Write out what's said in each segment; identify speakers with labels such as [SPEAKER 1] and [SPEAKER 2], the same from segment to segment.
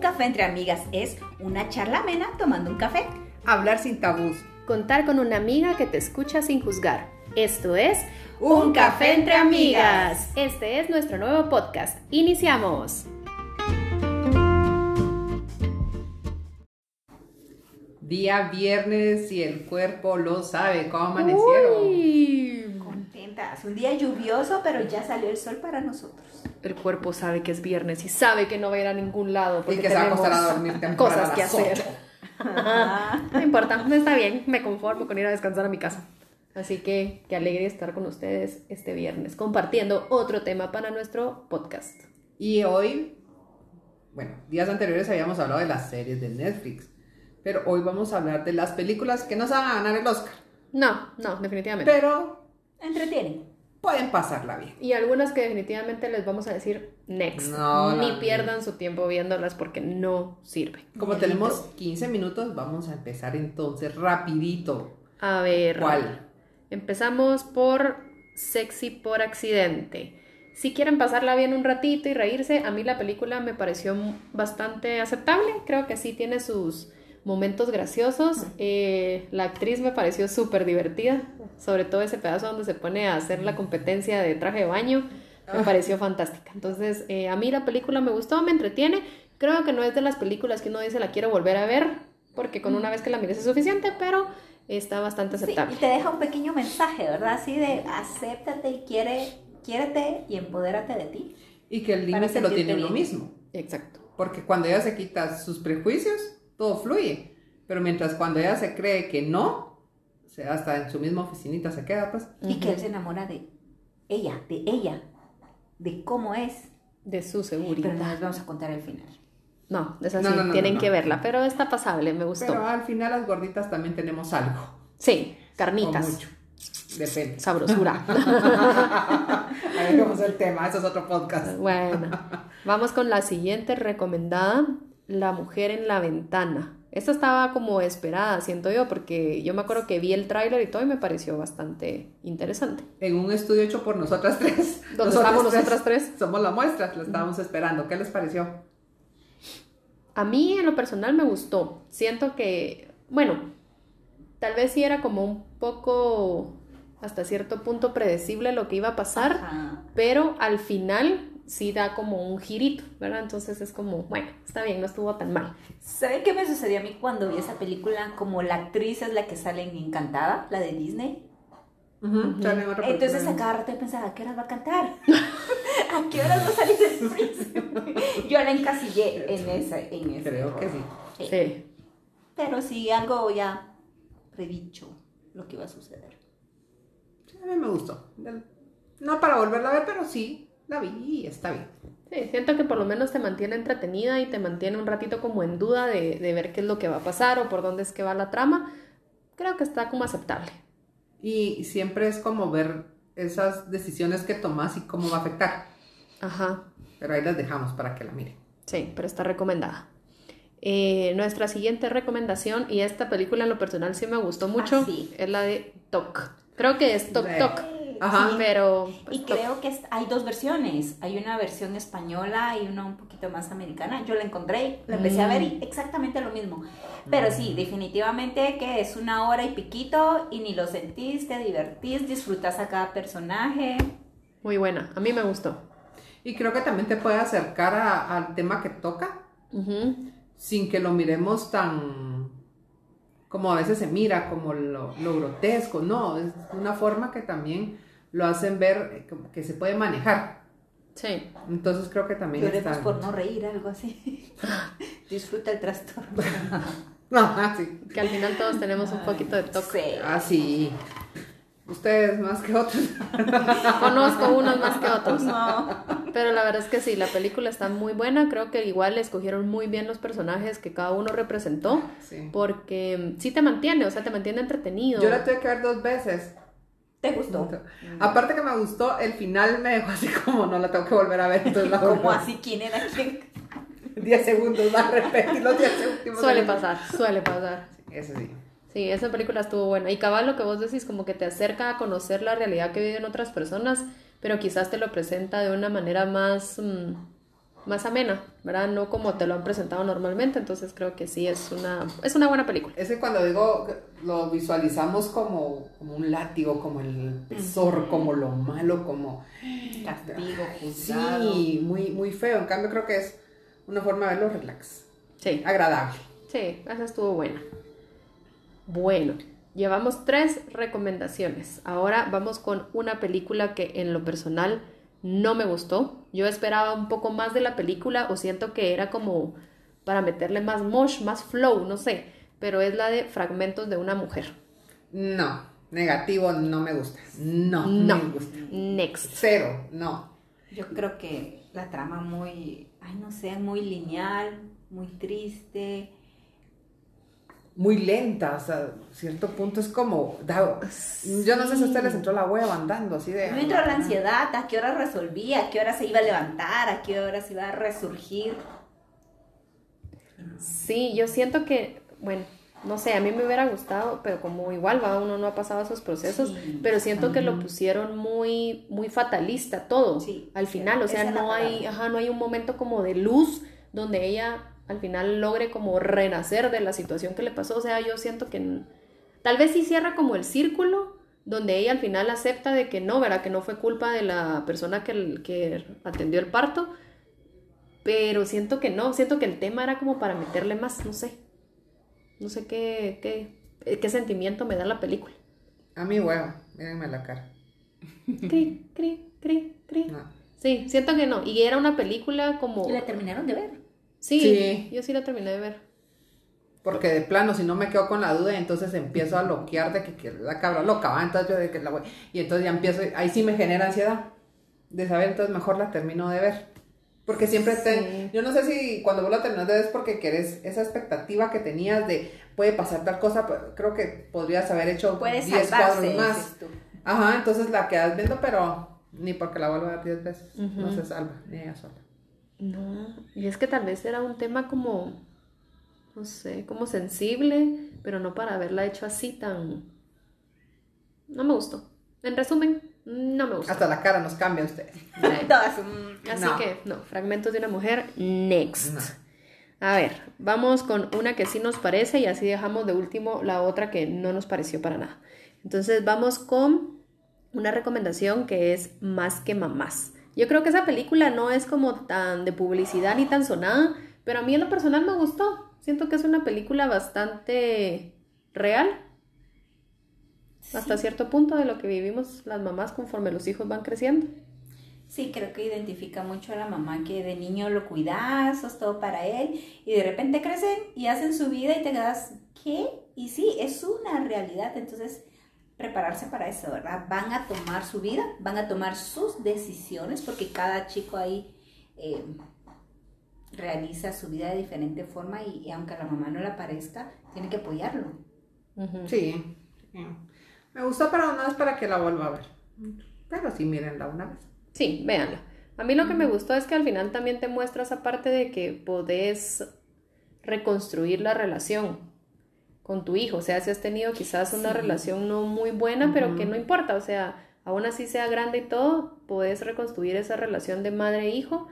[SPEAKER 1] café entre amigas es una charla amena tomando un café.
[SPEAKER 2] Hablar sin tabús.
[SPEAKER 3] Contar con una amiga que te escucha sin juzgar. Esto es
[SPEAKER 1] Un café entre amigas.
[SPEAKER 3] Este es nuestro nuevo podcast. Iniciamos.
[SPEAKER 2] Día viernes y el cuerpo lo sabe. ¿Cómo amanecieron?
[SPEAKER 3] Uy.
[SPEAKER 1] Contentas. Un día lluvioso, pero ya salió el sol para nosotros.
[SPEAKER 3] El cuerpo sabe que es viernes y sabe que no va a ir a ningún lado porque
[SPEAKER 2] Y que se va a
[SPEAKER 3] tenemos
[SPEAKER 2] acostar a dormir temprano
[SPEAKER 3] cosas
[SPEAKER 2] a las
[SPEAKER 3] que hacer.
[SPEAKER 2] ocho.
[SPEAKER 1] Ah,
[SPEAKER 3] No importa, no está bien, me conformo con ir a descansar a mi casa. Así que qué alegre estar con ustedes este viernes compartiendo otro tema para nuestro podcast.
[SPEAKER 2] Y hoy, bueno, días anteriores habíamos hablado de las series de Netflix, pero hoy vamos a hablar de las películas que no se van a ganar el Oscar,
[SPEAKER 3] No, no, definitivamente.
[SPEAKER 2] pero
[SPEAKER 1] entretienen.
[SPEAKER 2] pueden pasarla bien.
[SPEAKER 3] Y algunas que definitivamente les vamos a decir next.
[SPEAKER 2] No,
[SPEAKER 3] Ni
[SPEAKER 2] no,
[SPEAKER 3] pierdan su tiempo viéndolas porque no sirve.
[SPEAKER 2] Como tenemos 15 minutos, vamos a empezar entonces rapidito.
[SPEAKER 3] A ver.
[SPEAKER 2] ¿Cuál?
[SPEAKER 3] Empezamos por Sexy por accidente. Si quieren pasarla bien un ratito y reírse, a mí la película me pareció bastante aceptable. Creo que sí tiene sus momentos graciosos. Eh, la actriz me pareció súper divertida, sobre todo ese pedazo donde se pone a hacer la competencia de traje de baño. Me pareció fantástica. Entonces, eh, a mí la película me gustó, me entretiene. Creo que no es de las películas que uno dice la quiero volver a ver, porque con una vez que la mires es suficiente, pero está bastante
[SPEAKER 1] Sí,
[SPEAKER 3] aceptable.
[SPEAKER 1] y te deja un pequeño mensaje, ¿verdad? Así de acéptate y quiere, quiérete y empodérate de ti.
[SPEAKER 2] Y que el
[SPEAKER 1] Para
[SPEAKER 2] límite lo
[SPEAKER 1] sentirte
[SPEAKER 2] tiene uno
[SPEAKER 1] bien.
[SPEAKER 2] mismo.
[SPEAKER 3] Exacto.
[SPEAKER 2] Porque cuando ella se quita sus prejuicios, todo fluye. Pero mientras cuando ella se cree que no, se hasta en su misma oficinita se queda, pues.
[SPEAKER 1] Y que él se enamora de ella, de ella, de cómo es.
[SPEAKER 3] De su
[SPEAKER 1] Pero
[SPEAKER 3] seguridad.
[SPEAKER 1] no les vamos a contar el final.
[SPEAKER 3] No, es así,
[SPEAKER 2] No, no, no,
[SPEAKER 3] tienen
[SPEAKER 2] no,
[SPEAKER 3] que
[SPEAKER 2] no.
[SPEAKER 3] verla, pero está pasable, me gustó.
[SPEAKER 2] Pero al final las gorditas también tenemos algo.
[SPEAKER 3] Sí,
[SPEAKER 2] O
[SPEAKER 3] carnitas,
[SPEAKER 2] mucho. Depende.
[SPEAKER 3] sabrosura.
[SPEAKER 2] A ver cómo es el tema, eso es otro podcast.
[SPEAKER 3] bueno, vamos con la siguiente recomendada, La mujer en la ventana. Esta estaba como esperada, siento yo, porque yo me acuerdo que vi el tráiler y todo y me pareció bastante interesante.
[SPEAKER 2] En un estudio hecho por nosotras tres.
[SPEAKER 3] ¿Dónde estamos nosotras tres?
[SPEAKER 2] Somos la muestra, la estábamos esperando. ¿Qué les pareció?
[SPEAKER 3] A mí en lo personal me gustó. Siento que, bueno, tal vez sí era como un poco hasta cierto punto predecible lo que iba a pasar.
[SPEAKER 1] Ajá.
[SPEAKER 3] pero al final sí da como un girito, ¿verdad? Entonces es como, bueno, está bien, no estuvo tan mal.
[SPEAKER 1] ¿Saben qué me sucedió a mí cuando vi esa película? Como la actriz es la que sale en Encantada, la de Disney.
[SPEAKER 2] Sale en otra
[SPEAKER 1] Entonces a
[SPEAKER 2] película.
[SPEAKER 1] cada rato yo pensaba, ¿a qué horas va a cantar? ¿A qué horas va a salir el príncipe? Yo la encasillé en esa, en ese
[SPEAKER 2] Creo
[SPEAKER 1] rol.
[SPEAKER 2] que sí.
[SPEAKER 1] Sí.
[SPEAKER 3] Sí.
[SPEAKER 1] Pero sí, algo ya predicho lo que iba a suceder.
[SPEAKER 2] Sí, A mí me gustó. No para volverla a ver, pero sí, la vi y está bien.
[SPEAKER 3] Sí, siento que por lo menos te mantiene entretenida y te mantiene un ratito como en duda de, de ver qué es lo que va a pasar o por dónde es que va la trama. Creo que está como aceptable.
[SPEAKER 2] Y siempre es como ver esas decisiones que tomas y cómo va a afectar.
[SPEAKER 3] Ajá,
[SPEAKER 2] Pero ahí las dejamos para que la miren.
[SPEAKER 3] sí, pero está recomendada. Eh, nuestra siguiente recomendación, y esta película en lo personal sí me gustó mucho,
[SPEAKER 1] Ah, sí.
[SPEAKER 3] es la de Tok. Creo que es Tok
[SPEAKER 2] Sí.
[SPEAKER 3] Tok,
[SPEAKER 2] Ajá.
[SPEAKER 1] Sí.
[SPEAKER 3] pero... pues,
[SPEAKER 1] Y
[SPEAKER 3] Tok.
[SPEAKER 1] creo que es- hay dos versiones. Hay una versión española y una un poquito más americana. Yo la encontré, la empecé a ver
[SPEAKER 2] Mm.
[SPEAKER 1] y exactamente lo mismo. Pero sí, definitivamente que es una hora y piquito y ni lo sentís, te divertís, disfrutas a cada personaje.
[SPEAKER 3] Muy buena, a mí me gustó.
[SPEAKER 2] Y creo que también te puede acercar a- al tema que toca
[SPEAKER 3] Ujú.
[SPEAKER 2] sin que lo miremos tan como a veces se mira, como lo, lo grotesco. No, es una forma que también lo hacen ver eh, como que se puede manejar.
[SPEAKER 3] Sí.
[SPEAKER 2] Entonces creo que también
[SPEAKER 1] Lloremos
[SPEAKER 2] está...
[SPEAKER 1] pues, por no reír, algo así. Disfruta el trastorno.
[SPEAKER 2] Ajá, ah, sí.
[SPEAKER 3] Que al final todos tenemos un poquito de toque.
[SPEAKER 1] Sí.
[SPEAKER 2] Ah, sí. Ustedes más que otros.
[SPEAKER 3] Conozco unos más que otros.
[SPEAKER 1] No.
[SPEAKER 3] Pero la verdad es que sí, la película está muy buena. Creo que igual escogieron muy bien los personajes que cada uno representó.
[SPEAKER 2] Sí.
[SPEAKER 3] Porque mm, sí te mantiene, o sea, te mantiene entretenido.
[SPEAKER 2] Yo la tuve que ver dos veces.
[SPEAKER 1] ¿Te gustó?
[SPEAKER 2] Aparte que me gustó, el final me dejó así como no la tengo que volver a ver. Entonces la
[SPEAKER 1] ¿Cómo así? ¿Quién era quién?
[SPEAKER 2] 10 segundos, va a repetir los 10 segundos.
[SPEAKER 3] Suele pasar, suele pasar.
[SPEAKER 2] Eso sí.
[SPEAKER 3] Sí, esa película estuvo buena. Y cabal, lo que vos decís, como que te acerca a conocer la realidad que viven otras personas, pero quizás te lo presenta de una manera más, mm, más amena, ¿verdad? No como te lo han presentado normalmente, entonces creo que sí es una, es una buena película.
[SPEAKER 2] Es que cuando digo, lo visualizamos como, como un látigo, como el pesor, como lo malo, como...
[SPEAKER 1] Castigo, juzgado.
[SPEAKER 2] Sí, muy, muy feo. En cambio creo que es una forma de verlo relax,
[SPEAKER 3] Sí,
[SPEAKER 2] agradable.
[SPEAKER 3] sí, esa estuvo buena. Bueno, llevamos tres recomendaciones. Ahora vamos con una película que en lo personal no me gustó. Yo esperaba un poco más de la película o siento que era como para meterle más mosh, más flow, no sé, pero es la de Fragmentos de una mujer.
[SPEAKER 2] No, negativo no me gusta. No,
[SPEAKER 3] No.
[SPEAKER 2] no me gusta.
[SPEAKER 3] Next.
[SPEAKER 2] Cero, no.
[SPEAKER 1] Yo creo que la trama muy, ay no sé, muy lineal, muy triste.
[SPEAKER 2] Muy lenta, hasta cierto punto es como... da- yo no sé si a ustedes les entró la hueva andando así de... "Ah,
[SPEAKER 1] Me entró la ansiedad, a qué hora resolvía, a qué hora se iba a levantar, a qué hora se iba a resurgir.
[SPEAKER 3] Sí, yo siento que, bueno, no sé, a mí me hubiera gustado, pero como igual va, uno no ha pasado esos procesos,
[SPEAKER 1] Sí.
[SPEAKER 3] pero siento que lo pusieron muy, muy fatalista todo
[SPEAKER 1] Sí,
[SPEAKER 3] al final, o
[SPEAKER 1] esa
[SPEAKER 3] sea,
[SPEAKER 1] es la
[SPEAKER 3] no hay,
[SPEAKER 1] palabra.
[SPEAKER 3] ajá, no hay un momento como de luz donde ella al final logre como renacer de la situación que le pasó, o sea, yo siento que n- tal vez sí cierra como el círculo donde ella al final acepta de que no, ¿verdad? Que no fue culpa de la persona que, que atendió el parto, pero siento que no, siento que el tema era como para meterle más, no sé. No sé qué, qué, qué sentimiento me da la película.
[SPEAKER 2] A mi hueva, mírenme la cara.
[SPEAKER 3] Cri, cri, cri, cri.
[SPEAKER 2] No.
[SPEAKER 3] Sí, siento que no. Y era una película como...
[SPEAKER 1] ¿La terminaron de ver?
[SPEAKER 3] Sí,
[SPEAKER 2] Sí.
[SPEAKER 3] yo sí la terminé de ver.
[SPEAKER 2] Porque de plano, si no me quedo con la duda, entonces empiezo a loquear de que, que la cabra loca va, entonces yo de que la voy. Y entonces ya empiezo, ahí sí me genera ansiedad de saber, entonces mejor la termino de ver. Porque siempre
[SPEAKER 3] Sí.
[SPEAKER 2] te. Yo no sé si cuando vos la terminas de ver es porque querés esa expectativa que tenías de puede pasar tal cosa, pero creo que podrías haber hecho
[SPEAKER 1] Puedes
[SPEAKER 2] 10
[SPEAKER 1] salvarse,
[SPEAKER 2] cuadros más.
[SPEAKER 1] dices tú.
[SPEAKER 2] Ajá, entonces la quedas viendo, pero ni porque la vuelvo a ver 10 veces. No
[SPEAKER 3] Ujú.
[SPEAKER 2] se salva, ni ella sola.
[SPEAKER 3] No, y es que tal vez era un tema como... No sé, como sensible, pero no para haberla hecho así tan... No me gustó. En resumen, no me gustó.
[SPEAKER 2] Hasta la cara nos cambia a ustedes.
[SPEAKER 3] Ay.
[SPEAKER 1] Todas, mm,
[SPEAKER 3] Así
[SPEAKER 2] No.
[SPEAKER 3] que, no, fragmentos de una mujer, next.
[SPEAKER 2] No.
[SPEAKER 3] A ver, vamos con una que sí nos parece y así dejamos de último la otra que no nos pareció para nada. Entonces vamos con una recomendación que es Más que Mamás. Yo creo que esa película no es como tan de publicidad ni tan sonada, pero a mí en lo personal me gustó. Siento que es una película bastante real hasta cierto punto de lo que vivimos las mamás conforme los hijos van creciendo.
[SPEAKER 1] Sí, creo que identifica mucho a la mamá que de niño lo cuidas, sos todo para él, y de repente crecen y hacen su vida y te quedas, ¿qué? Y sí, es una realidad, entonces prepararse para eso, ¿verdad? Van a tomar su vida, van a tomar sus decisiones, porque cada chico ahí eh, realiza su vida de diferente forma y, y aunque a la mamá no le parezca, tiene que apoyarlo.
[SPEAKER 3] Ujú.
[SPEAKER 2] Sí. Me gustó, pero no es para que la vuelva a ver. Pero sí, mírenla una vez.
[SPEAKER 3] Sí, véanla. A mí lo que me gustó es que al final también te muestra esa parte de que podés reconstruir la relación con tu hijo. O sea, si has tenido quizás una
[SPEAKER 1] Sí.
[SPEAKER 3] relación no muy buena, pero que
[SPEAKER 2] Ujú.
[SPEAKER 3] no importa. O sea, aún así sea grande y todo, podés reconstruir esa relación de madre e hijo,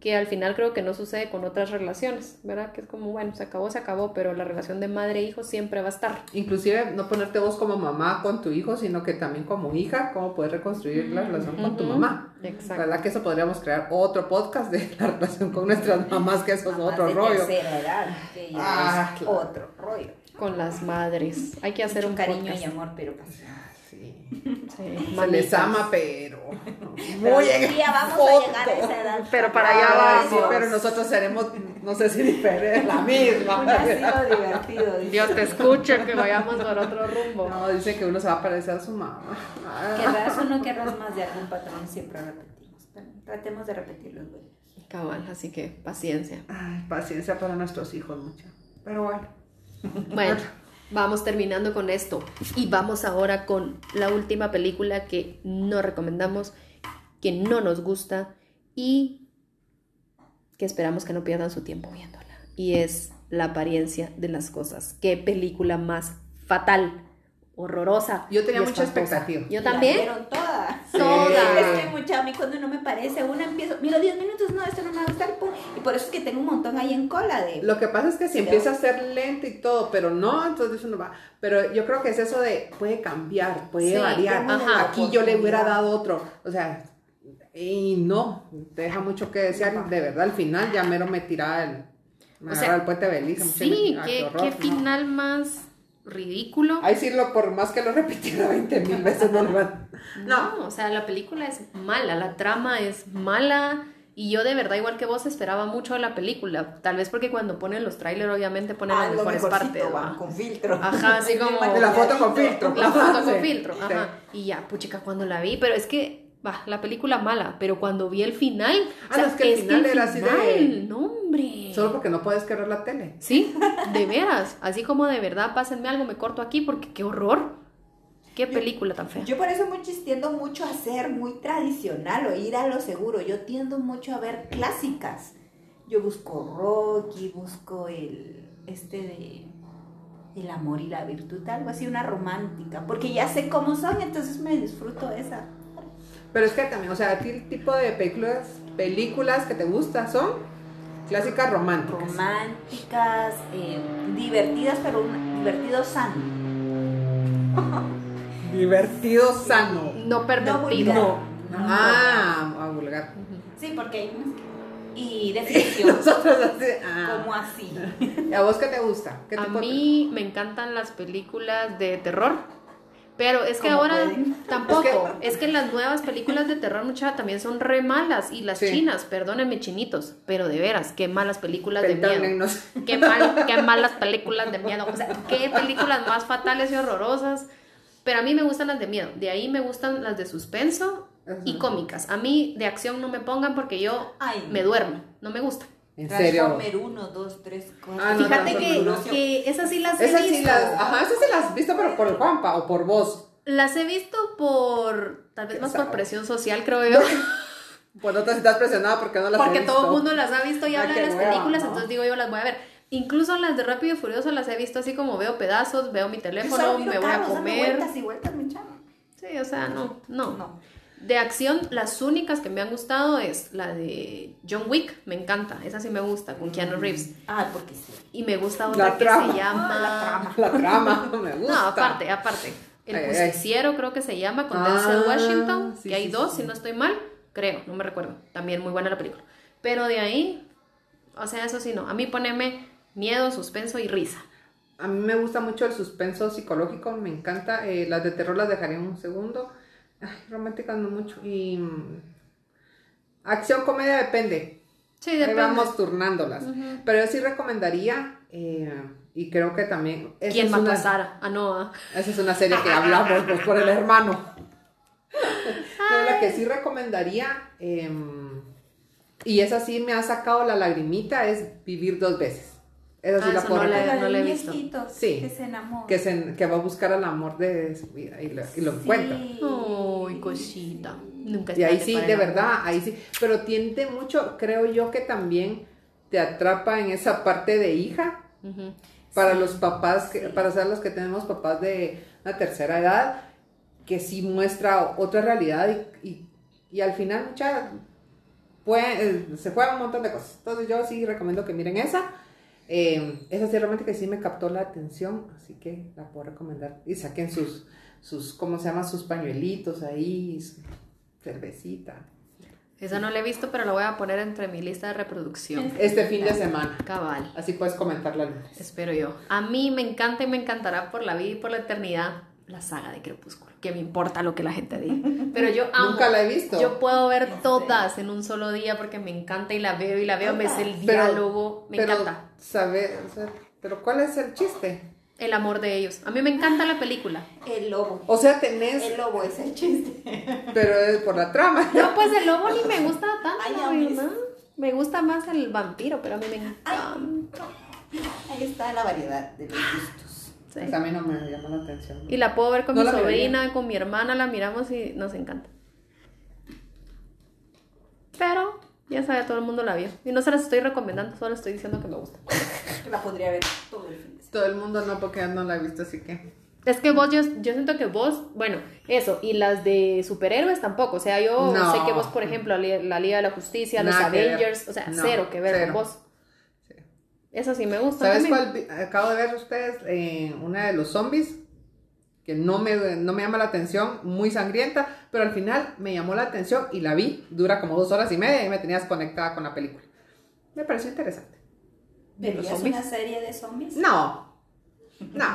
[SPEAKER 3] que al final creo que no sucede con otras relaciones, ¿verdad? Que es como, bueno, se acabó, se acabó, pero la relación de madre e hijo siempre va a estar.
[SPEAKER 2] Inclusive, no ponerte vos como mamá con tu hijo, sino que también como hija, cómo puedes reconstruir la relación con tu
[SPEAKER 3] Ujú.
[SPEAKER 2] mamá. La
[SPEAKER 3] Exacto.
[SPEAKER 2] verdad que eso podríamos crear otro podcast de la relación con nuestras mamás, que eso es
[SPEAKER 1] Mamás
[SPEAKER 2] otro
[SPEAKER 1] de
[SPEAKER 2] rollo.
[SPEAKER 1] tercera edad, que ya
[SPEAKER 2] Ah,
[SPEAKER 1] es
[SPEAKER 2] claro.
[SPEAKER 1] otro rollo.
[SPEAKER 3] Con las madres. Hay que hacer
[SPEAKER 1] Mucho
[SPEAKER 3] un
[SPEAKER 1] cariño
[SPEAKER 3] podcast.
[SPEAKER 1] y amor, pero pues,
[SPEAKER 2] Sí.
[SPEAKER 3] Sí,
[SPEAKER 2] Se les
[SPEAKER 3] mamitas.
[SPEAKER 2] ama, pero.
[SPEAKER 1] Pero
[SPEAKER 2] Muy
[SPEAKER 1] algún día vamos a llegar a esa edad.
[SPEAKER 3] Pero para allá
[SPEAKER 2] Ay,
[SPEAKER 3] vamos.
[SPEAKER 2] sí, pero nosotros seremos, no sé si diferente, la misma.
[SPEAKER 1] Un asilo divertido. dice.
[SPEAKER 3] Dios te escuche, que vayamos por otro rumbo.
[SPEAKER 2] No, dice que uno se va a parecer a su mamá. Ah.
[SPEAKER 1] Querrás o no querrás más de algún patrón, siempre repetimos. Pero tratemos de repetir los buenos.
[SPEAKER 3] Cabal, así que paciencia.
[SPEAKER 2] Ay, paciencia para nuestros hijos, mucha. Pero bueno.
[SPEAKER 3] Bueno, vamos terminando con esto. Y vamos ahora con la última película que no recomendamos, que no nos gusta y que esperamos que no pierdan su tiempo viéndola. Y es La apariencia de las cosas. Qué película más fatal, horrorosa.
[SPEAKER 2] Yo tenía
[SPEAKER 3] y
[SPEAKER 2] mucha
[SPEAKER 3] espantosa.
[SPEAKER 2] expectativa.
[SPEAKER 3] Yo también.
[SPEAKER 1] La vieron todas.
[SPEAKER 2] Sí.
[SPEAKER 1] Todas. Es que mucha, a mí cuando no me parece una empiezo. Miro 10 minutos, no, esto esto no me va a gustar. pum, Y por eso es que tengo un montón ahí en cola de...
[SPEAKER 2] Lo que pasa es que si
[SPEAKER 1] Sí,
[SPEAKER 2] empieza a ser lento y todo, pero no, entonces uno va. Pero yo creo que es eso de puede cambiar, puede
[SPEAKER 3] Sí,
[SPEAKER 2] variar.
[SPEAKER 3] dame la
[SPEAKER 2] Aquí yo le hubiera
[SPEAKER 1] oportunidad.
[SPEAKER 2] dado otro. O sea, y no, deja mucho que desear.
[SPEAKER 1] Ajá.
[SPEAKER 2] De verdad, al final ya mero me tiraba el. Me
[SPEAKER 3] O sea,
[SPEAKER 2] agarraba el puente de Belice.
[SPEAKER 3] Sí,
[SPEAKER 2] mucho- ah,
[SPEAKER 3] qué,
[SPEAKER 2] horror,
[SPEAKER 3] qué
[SPEAKER 2] no.
[SPEAKER 3] final más ridículo.
[SPEAKER 2] Ahí sí, lo, por más que lo repitiera 20 mil veces, no lo van- No,
[SPEAKER 3] No, o sea, la película es mala, la trama es mala. Y yo de verdad, igual que vos, esperaba mucho de la película. Tal vez porque cuando ponen los trailers, obviamente ponen
[SPEAKER 1] Ah,
[SPEAKER 3] las
[SPEAKER 1] lo
[SPEAKER 3] mejores
[SPEAKER 1] mejorcito,
[SPEAKER 3] partes.
[SPEAKER 1] va,
[SPEAKER 3] ¿va?
[SPEAKER 1] con filtro.
[SPEAKER 3] Ajá, así
[SPEAKER 1] Bien
[SPEAKER 3] como-
[SPEAKER 2] de la foto con
[SPEAKER 1] maquilladito.
[SPEAKER 2] filtro.
[SPEAKER 3] La foto con
[SPEAKER 2] Sí,
[SPEAKER 3] filtro,
[SPEAKER 2] sí.
[SPEAKER 3] ajá. Y ya, puchica, cuando la vi, pero es que, va, la película mala, pero cuando vi el final,
[SPEAKER 2] Ah, no, es que el final era así de-
[SPEAKER 3] final, no, hombre.
[SPEAKER 2] Solo porque no puedes querer la tele.
[SPEAKER 3] Sí, de veras, así como de verdad, pásenme algo, me corto aquí porque qué horror. Qué película tan fea.
[SPEAKER 1] Yo por eso mucho tiendo mucho a ser muy tradicional o ir a lo seguro. Yo tiendo mucho a ver clásicas. Yo busco Rocky, busco el este de el amor y la virtud, algo así, una romántica, porque ya sé cómo son, entonces me disfruto esa.
[SPEAKER 2] Pero es que también, o sea, a ti el tipo de películas, películas que te gustan son clásicas románticas.
[SPEAKER 1] Románticas, eh, divertidas, pero un divertido sano.
[SPEAKER 2] Divertido, sano.
[SPEAKER 3] No pervertido.
[SPEAKER 1] vulgar.
[SPEAKER 2] Ah, a vulgar.
[SPEAKER 1] Sí, porque hay unas que- y definición,
[SPEAKER 2] Nosotros así, ah.
[SPEAKER 1] como así.
[SPEAKER 2] ¿Y ¿A vos qué te gusta? ¿Qué
[SPEAKER 3] A
[SPEAKER 2] tipo de-
[SPEAKER 3] mí me encantan las películas de terror. Pero es que
[SPEAKER 1] ¿Cómo
[SPEAKER 3] ahora
[SPEAKER 1] pueden?
[SPEAKER 3] tampoco. Es que, las nuevas películas de terror, muchachas, también son re malas. Y las
[SPEAKER 2] Sí.
[SPEAKER 3] chinas, perdónenme, chinitos. Pero de veras, qué malas películas de
[SPEAKER 2] Pentagón,
[SPEAKER 3] miedo.
[SPEAKER 2] no sé.
[SPEAKER 3] Qué, mal, qué malas películas de miedo. O sea, qué películas más fatales y horrorosas. Pero a mí me gustan las de miedo. De ahí me gustan las de suspenso y
[SPEAKER 2] Ajá.
[SPEAKER 3] cómicas. A mí de acción no me pongan porque yo
[SPEAKER 1] Ay,
[SPEAKER 3] me duermo. No me gusta.
[SPEAKER 2] En serio.
[SPEAKER 1] Transformer 1, 2, 3, 4.
[SPEAKER 2] Ah, no,
[SPEAKER 3] Fíjate
[SPEAKER 2] no,
[SPEAKER 3] que,
[SPEAKER 2] no, no.
[SPEAKER 3] que esas sí las he
[SPEAKER 2] Esas sí
[SPEAKER 3] visto.
[SPEAKER 2] las, ajá, esas sí las has visto, pero por Juanpa o por vos.
[SPEAKER 3] Las he visto por, tal vez más por
[SPEAKER 2] Exacto.
[SPEAKER 3] presión social, creo yo,
[SPEAKER 2] Pues no te estás presionada porque no las
[SPEAKER 3] porque
[SPEAKER 2] he visto.
[SPEAKER 3] todo el mundo las ha visto
[SPEAKER 2] Ay,
[SPEAKER 3] y habla de
[SPEAKER 2] qué
[SPEAKER 3] las
[SPEAKER 2] hueva,
[SPEAKER 3] películas,
[SPEAKER 2] ¿no?
[SPEAKER 3] entonces digo yo las voy a ver. Incluso las de Rápido y Furioso las he visto así como veo pedazos, veo mi
[SPEAKER 1] pues,
[SPEAKER 3] teléfono, me voy a comer.
[SPEAKER 1] Vueltas y vueltas, mi chavo.
[SPEAKER 3] Sí, o sea, no, no,
[SPEAKER 1] No.
[SPEAKER 3] De acción, las únicas que me han gustado es la de John Wick, me encanta, esa sí me gusta, con Keanu Reeves.
[SPEAKER 1] Ah, porque sí.
[SPEAKER 3] Y me gusta
[SPEAKER 2] Mm. La
[SPEAKER 3] otra que
[SPEAKER 2] trama. Ah,
[SPEAKER 3] se llama...
[SPEAKER 1] La trama.
[SPEAKER 2] La trama, me gusta.
[SPEAKER 3] No, aparte, aparte. El
[SPEAKER 2] Ay, ay, ay.
[SPEAKER 3] justiciero creo que se llama con
[SPEAKER 2] Ah,
[SPEAKER 3] Denzel Washington,
[SPEAKER 2] sí,
[SPEAKER 3] que hay
[SPEAKER 2] sí,
[SPEAKER 3] dos,
[SPEAKER 2] sí.
[SPEAKER 3] si no estoy mal, creo, no me recuerdo. También muy buena la película. Pero de ahí, o sea, eso sí no. A mí poneme miedo, suspenso y risa.
[SPEAKER 2] A mí me gusta mucho el suspenso psicológico, me encanta. Eh, las de terror las dejaré en un segundo. Ay, románticas no mucho. Y. mm, Acción, comedia, depende.
[SPEAKER 3] Sí,
[SPEAKER 2] Ahí
[SPEAKER 3] depende.
[SPEAKER 2] vamos turnándolas.
[SPEAKER 3] Ujú.
[SPEAKER 2] Pero yo sí recomendaría, eh, y creo que también. esa
[SPEAKER 3] ¿Quién
[SPEAKER 2] es
[SPEAKER 3] mató
[SPEAKER 2] una-
[SPEAKER 3] a Sara? Ah, no, ah.
[SPEAKER 2] Esa es una serie que hablamos pues, por el hermano. No, la que sí recomendaría, eh, y esa sí me ha sacado la lagrimita, es Vivir dos veces. Esa sí
[SPEAKER 3] Ah,
[SPEAKER 2] la
[SPEAKER 3] esa
[SPEAKER 2] puedo
[SPEAKER 3] no la he
[SPEAKER 2] recomendar.
[SPEAKER 3] no la he
[SPEAKER 1] de
[SPEAKER 3] visto.
[SPEAKER 1] viejitos
[SPEAKER 2] Sí.
[SPEAKER 1] Que se enamora.
[SPEAKER 2] que, se, que va a buscar al amor de su vida y lo, y lo encuentra.
[SPEAKER 3] Ay, cosita. Nunca es
[SPEAKER 2] Y ahí
[SPEAKER 3] tarde
[SPEAKER 2] sí,
[SPEAKER 3] para
[SPEAKER 2] de
[SPEAKER 3] el amor.
[SPEAKER 2] verdad, ahí sí. Pero tiende mucho, creo yo, que también te atrapa en esa parte de hija
[SPEAKER 3] Ujú.
[SPEAKER 2] para
[SPEAKER 1] Sí,
[SPEAKER 2] los papás, que,
[SPEAKER 1] sí.
[SPEAKER 2] para ser los que tenemos papás de una tercera edad, que sí muestra otra realidad y, y- y al final mucha, puede- eh, se juega un montón de cosas. Entonces yo sí recomiendo que miren esa. Eh, esa sí realmente que sí me captó la atención, así que la puedo recomendar. Y saquen sus, sus ¿cómo se llama? Sus pañuelitos ahí, su cervecita.
[SPEAKER 3] Esa no la he visto, pero la voy a poner entre mi lista de reproducción.
[SPEAKER 2] Este fin de semana.
[SPEAKER 3] Cabal.
[SPEAKER 2] Así puedes comentarla el lunes.
[SPEAKER 3] Espero yo. A mí me encanta y me encantará por la vida y por la eternidad la saga de Crepúsculo. Que me importa lo que la gente diga. Pero yo amo.
[SPEAKER 2] Nunca la he visto.
[SPEAKER 3] Yo puedo ver todas en un solo día porque me encanta y la veo y la veo. Me sé el
[SPEAKER 2] Pero-
[SPEAKER 3] diálogo. Me
[SPEAKER 2] pero,
[SPEAKER 3] encanta.
[SPEAKER 2] sabe- o sea, pero ¿cuál es el chiste?
[SPEAKER 3] El amor de ellos. A mí me encanta la película.
[SPEAKER 1] El lobo.
[SPEAKER 2] O sea, tenés,
[SPEAKER 1] El lobo es el chiste.
[SPEAKER 2] pero es por la trama.
[SPEAKER 3] No, pues el lobo ni me gusta tanto,
[SPEAKER 1] Ay,
[SPEAKER 3] la
[SPEAKER 1] a mí
[SPEAKER 3] verdad. Me gusta más el vampiro, pero a mí me encanta.
[SPEAKER 1] Ahí está la variedad de los gustos.
[SPEAKER 3] Sí.
[SPEAKER 2] Pues a mí no me llamó la atención.
[SPEAKER 3] Y la puedo ver con
[SPEAKER 2] No
[SPEAKER 3] mi
[SPEAKER 2] la miraría.
[SPEAKER 3] sobrina, con mi hermana, la miramos y nos encanta. Pero ya sabe, todo el mundo la vio. Y no se las estoy recomendando, solo estoy diciendo que me gusta.
[SPEAKER 1] Que la podría ver todo el fin de semana.
[SPEAKER 2] Todo el mundo no, porque no la he visto, así que.
[SPEAKER 3] Es que vos, yo, yo siento que vos, bueno, eso, y las de superhéroes tampoco. O sea, yo
[SPEAKER 2] No.
[SPEAKER 3] sé que vos, por ejemplo, li- la Liga de la Justicia, los
[SPEAKER 2] Nada que ver.
[SPEAKER 3] Avengers, o sea,
[SPEAKER 2] No,
[SPEAKER 3] cero que ver
[SPEAKER 2] cero.
[SPEAKER 3] con vos. Eso sí me gusta.
[SPEAKER 2] ¿Sabes
[SPEAKER 3] también.
[SPEAKER 2] cuál? vi- Acabo de ver ustedes eh, una de los zombies que no me, no me llama la atención, muy sangrienta, pero al final me llamó la atención y la vi. Dura como dos horas y media y me tenías conectada con la película. Me pareció interesante.
[SPEAKER 1] Pero
[SPEAKER 3] los
[SPEAKER 1] ya es
[SPEAKER 3] zombies?
[SPEAKER 1] una serie de zombies.
[SPEAKER 2] No, no,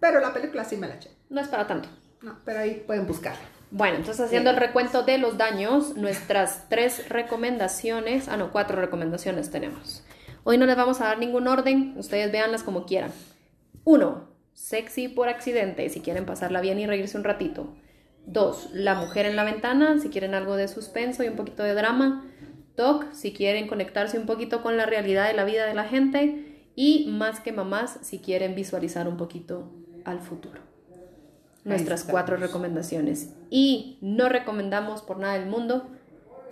[SPEAKER 2] pero la película sí me la eché.
[SPEAKER 3] No es para tanto.
[SPEAKER 2] No, pero ahí pueden buscarla.
[SPEAKER 3] Bueno, entonces haciendo el recuento de los daños, nuestras tres recomendaciones, ah no, cuatro recomendaciones tenemos. Hoy no les vamos a dar ningún orden, ustedes véanlas como quieran. Uno, sexy por accidente, si quieren pasarla bien y reírse un ratito. Dos, la mujer en la ventana, si quieren algo de suspenso y un poquito de drama. Doc, si quieren conectarse un poquito con la realidad de la vida de la gente. Y más que mamás, si quieren visualizar un poquito al futuro nuestras
[SPEAKER 2] estamos.
[SPEAKER 3] cuatro recomendaciones. Y no recomendamos por nada del mundo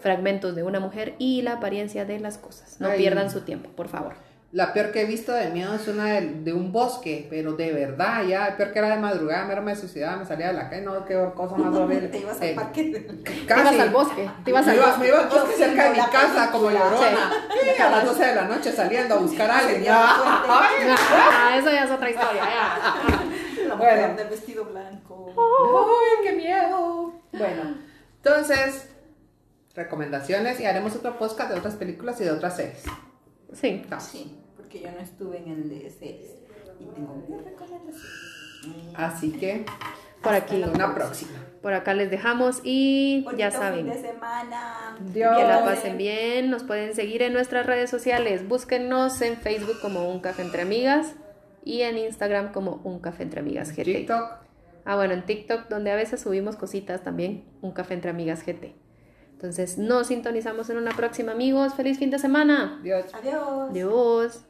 [SPEAKER 3] fragmentos de una mujer y la apariencia de las cosas. No
[SPEAKER 2] Ay.
[SPEAKER 3] pierdan su tiempo, por favor.
[SPEAKER 2] La peor que he visto de miedo es una de, de un bosque, pero de verdad, ya, peor que era de madrugada, mero me suicidaba, me salía de la calle, no, qué cosa más horrible.
[SPEAKER 1] Te ibas
[SPEAKER 2] Eh,
[SPEAKER 1] al parque.
[SPEAKER 2] casi.
[SPEAKER 3] Te ibas al bosque, te ibas
[SPEAKER 2] me
[SPEAKER 3] al
[SPEAKER 2] iba,
[SPEAKER 3] bosque.
[SPEAKER 2] me iba al bosque
[SPEAKER 1] Yo
[SPEAKER 2] cerca de mi
[SPEAKER 1] viendo la
[SPEAKER 2] casa, como
[SPEAKER 1] película.
[SPEAKER 2] llorona. Y a las 12 de la noche saliendo a buscar a alguien.
[SPEAKER 1] Ya,
[SPEAKER 2] ya. Ay,
[SPEAKER 3] Ah, eso ya es otra historia. ya.
[SPEAKER 1] La mujer
[SPEAKER 2] Bueno.
[SPEAKER 1] del vestido blanco.
[SPEAKER 2] ¡Ay, qué miedo! Bueno, entonces, recomendaciones y haremos otro podcast de otras películas y de otras series.
[SPEAKER 3] Sí.
[SPEAKER 2] No.
[SPEAKER 1] Sí, porque yo no estuve en el de series. Y tengo mi recomendación.
[SPEAKER 2] Así que,
[SPEAKER 3] Por aquí,
[SPEAKER 2] una próxima.
[SPEAKER 3] por acá les dejamos y ya
[SPEAKER 1] Bonito Fin
[SPEAKER 3] saben.
[SPEAKER 1] de semana.
[SPEAKER 2] Dios.
[SPEAKER 3] Que la
[SPEAKER 2] Hola.
[SPEAKER 3] pasen bien, nos pueden seguir en nuestras redes sociales. Búsquennos en Facebook como Un Café Entre Amigas y en Instagram como Un Café Entre Amigas GT.
[SPEAKER 2] TikTok.
[SPEAKER 3] Ah, bueno, en TikTok, donde a veces subimos cositas también, un café entre amigas GT. Entonces, nos sintonizamos en una próxima, amigos. Feliz fin de semana.
[SPEAKER 2] Dios.
[SPEAKER 1] Adiós.
[SPEAKER 3] Adiós.